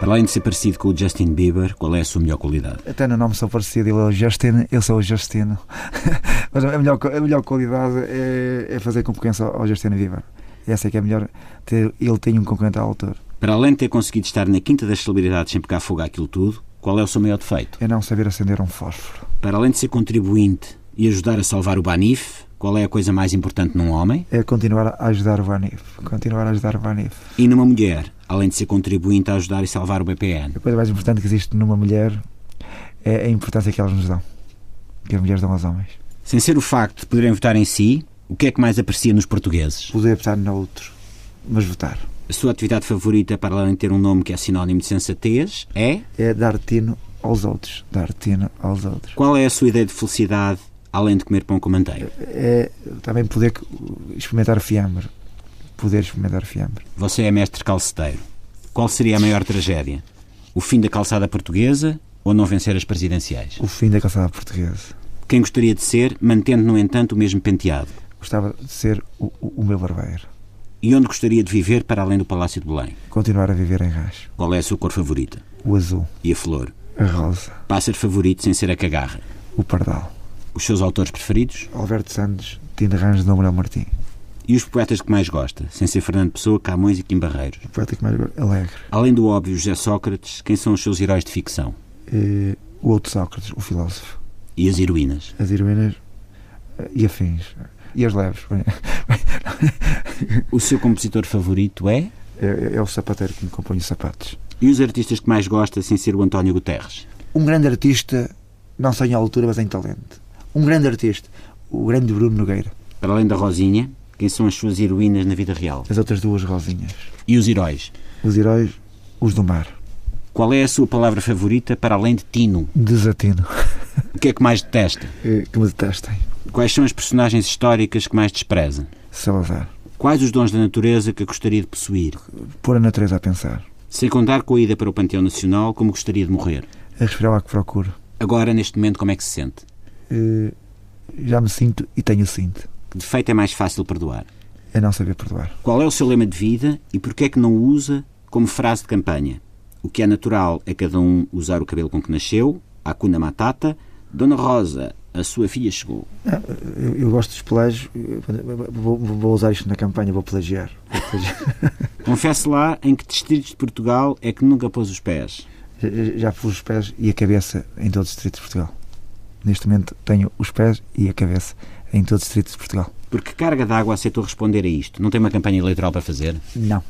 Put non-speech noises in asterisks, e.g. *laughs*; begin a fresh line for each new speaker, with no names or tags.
Além de ser parecido com o Justin Bieber, qual é a sua melhor qualidade?
Até no nome sou parecido, ele é o Justin, *laughs* eu sou o Justino. Mas a melhor, a melhor qualidade é, é fazer concorrência ao Justin Bieber. Essa é que é a melhor. Ter, ele tem um concorrente à altura.
Para além de ter conseguido estar na quinta das celebridades sem pegar fogo àquilo tudo, qual é o seu maior defeito?
É não saber acender um fósforo.
Para além de ser contribuinte e ajudar a salvar o Banif, qual é a coisa mais importante num homem?
É continuar a ajudar o Vanif. Continuar a ajudar o Vanif.
E numa mulher, além de ser contribuinte a ajudar e salvar o BPN?
A coisa mais importante que existe numa mulher é a importância que elas nos dão. Que as mulheres dão aos homens.
Sem ser o facto de poderem votar em si, o que é que mais aprecia nos portugueses?
Poder votar no outro, mas votar.
A sua atividade favorita, para além de ter um nome que é sinónimo de sensatez, é?
É dar tino aos outros. Dar tino aos outros.
Qual é a sua ideia de felicidade, além de comer pão com manteiga?
É também poder experimentar fiambre. Poder experimentar fiambre.
Você é mestre calceteiro. Qual seria a maior tragédia? O fim da calçada portuguesa ou não vencer as presidenciais?
O fim da calçada portuguesa.
Quem gostaria de ser, mantendo, no entanto, o mesmo penteado?
Gostava de ser o, o- o meu barbeiro.
E onde gostaria de viver para além do Palácio de Belém?
Continuar a viver em Rás.
Qual é a sua cor favorita?
O azul,
E a flor?
a rosa,
Pássaro favorito sem ser a cagarra?
o pardal.
Os seus autores preferidos?
Alberto Santos, Tino Ranges, Dom Manuel Martim.
E os poetas que mais gosta, sem ser Fernando Pessoa, Camões e Kim Barreiros?
O poeta que mais gosto. Alegre.
Além do óbvio José Sócrates, quem são os seus heróis de ficção?
Eh, o outro Sócrates, o filósofo.
E as heroínas?
As heroínas eh, e afins. E as leves. *laughs*
O seu compositor favorito é?
É, é- é o sapateiro que me compõe os sapatos.
E os artistas que mais gosta, sem ser o António Guterres?
Um grande artista, não só em altura, mas em talento. Um grande artista. O grande Bruno Nogueira.
Para além da Rosinha, quem são as suas heroínas na vida real?
As outras duas rosinhas.
E os heróis?
Os heróis, os do mar.
Qual é a sua palavra favorita para além de Tino?
Desatino.
O que é que mais detesta?
*laughs* Eh, que me detestem.
Quais são as personagens históricas que mais despreza?
Salazar.
Quais os dons da natureza que gostaria de possuir?
Pôr a natureza a pensar.
Sem contar com a ida para o Panteão Nacional, como gostaria de morrer?
A respirar o ar que procuro.
Agora, neste momento, como é que se sente?
Eh, já me sinto e tenho sinto.
Que defeito é mais fácil perdoar?
É não saber perdoar.
Qual é o seu lema de vida e porquê é que não o usa como frase de campanha? O que é natural é cada um usar o cabelo com que nasceu, a cuna matata, Dona Rosa, a sua filha chegou.
Ah, Eu, eu gosto dos pelágios, eu- vou, vou- vou usar isto na campanha, vou plagiar. Vou plagiar.
Confesse lá em que distritos de Portugal é que nunca pôs os pés.
Já- Já pus os pés e a cabeça em todo o distrito de Portugal. Neste momento tenho os pés e a cabeça em todo o distrito de Portugal.
Porque carga d'água aceitou responder a isto. Não tem uma campanha eleitoral para fazer?
Não.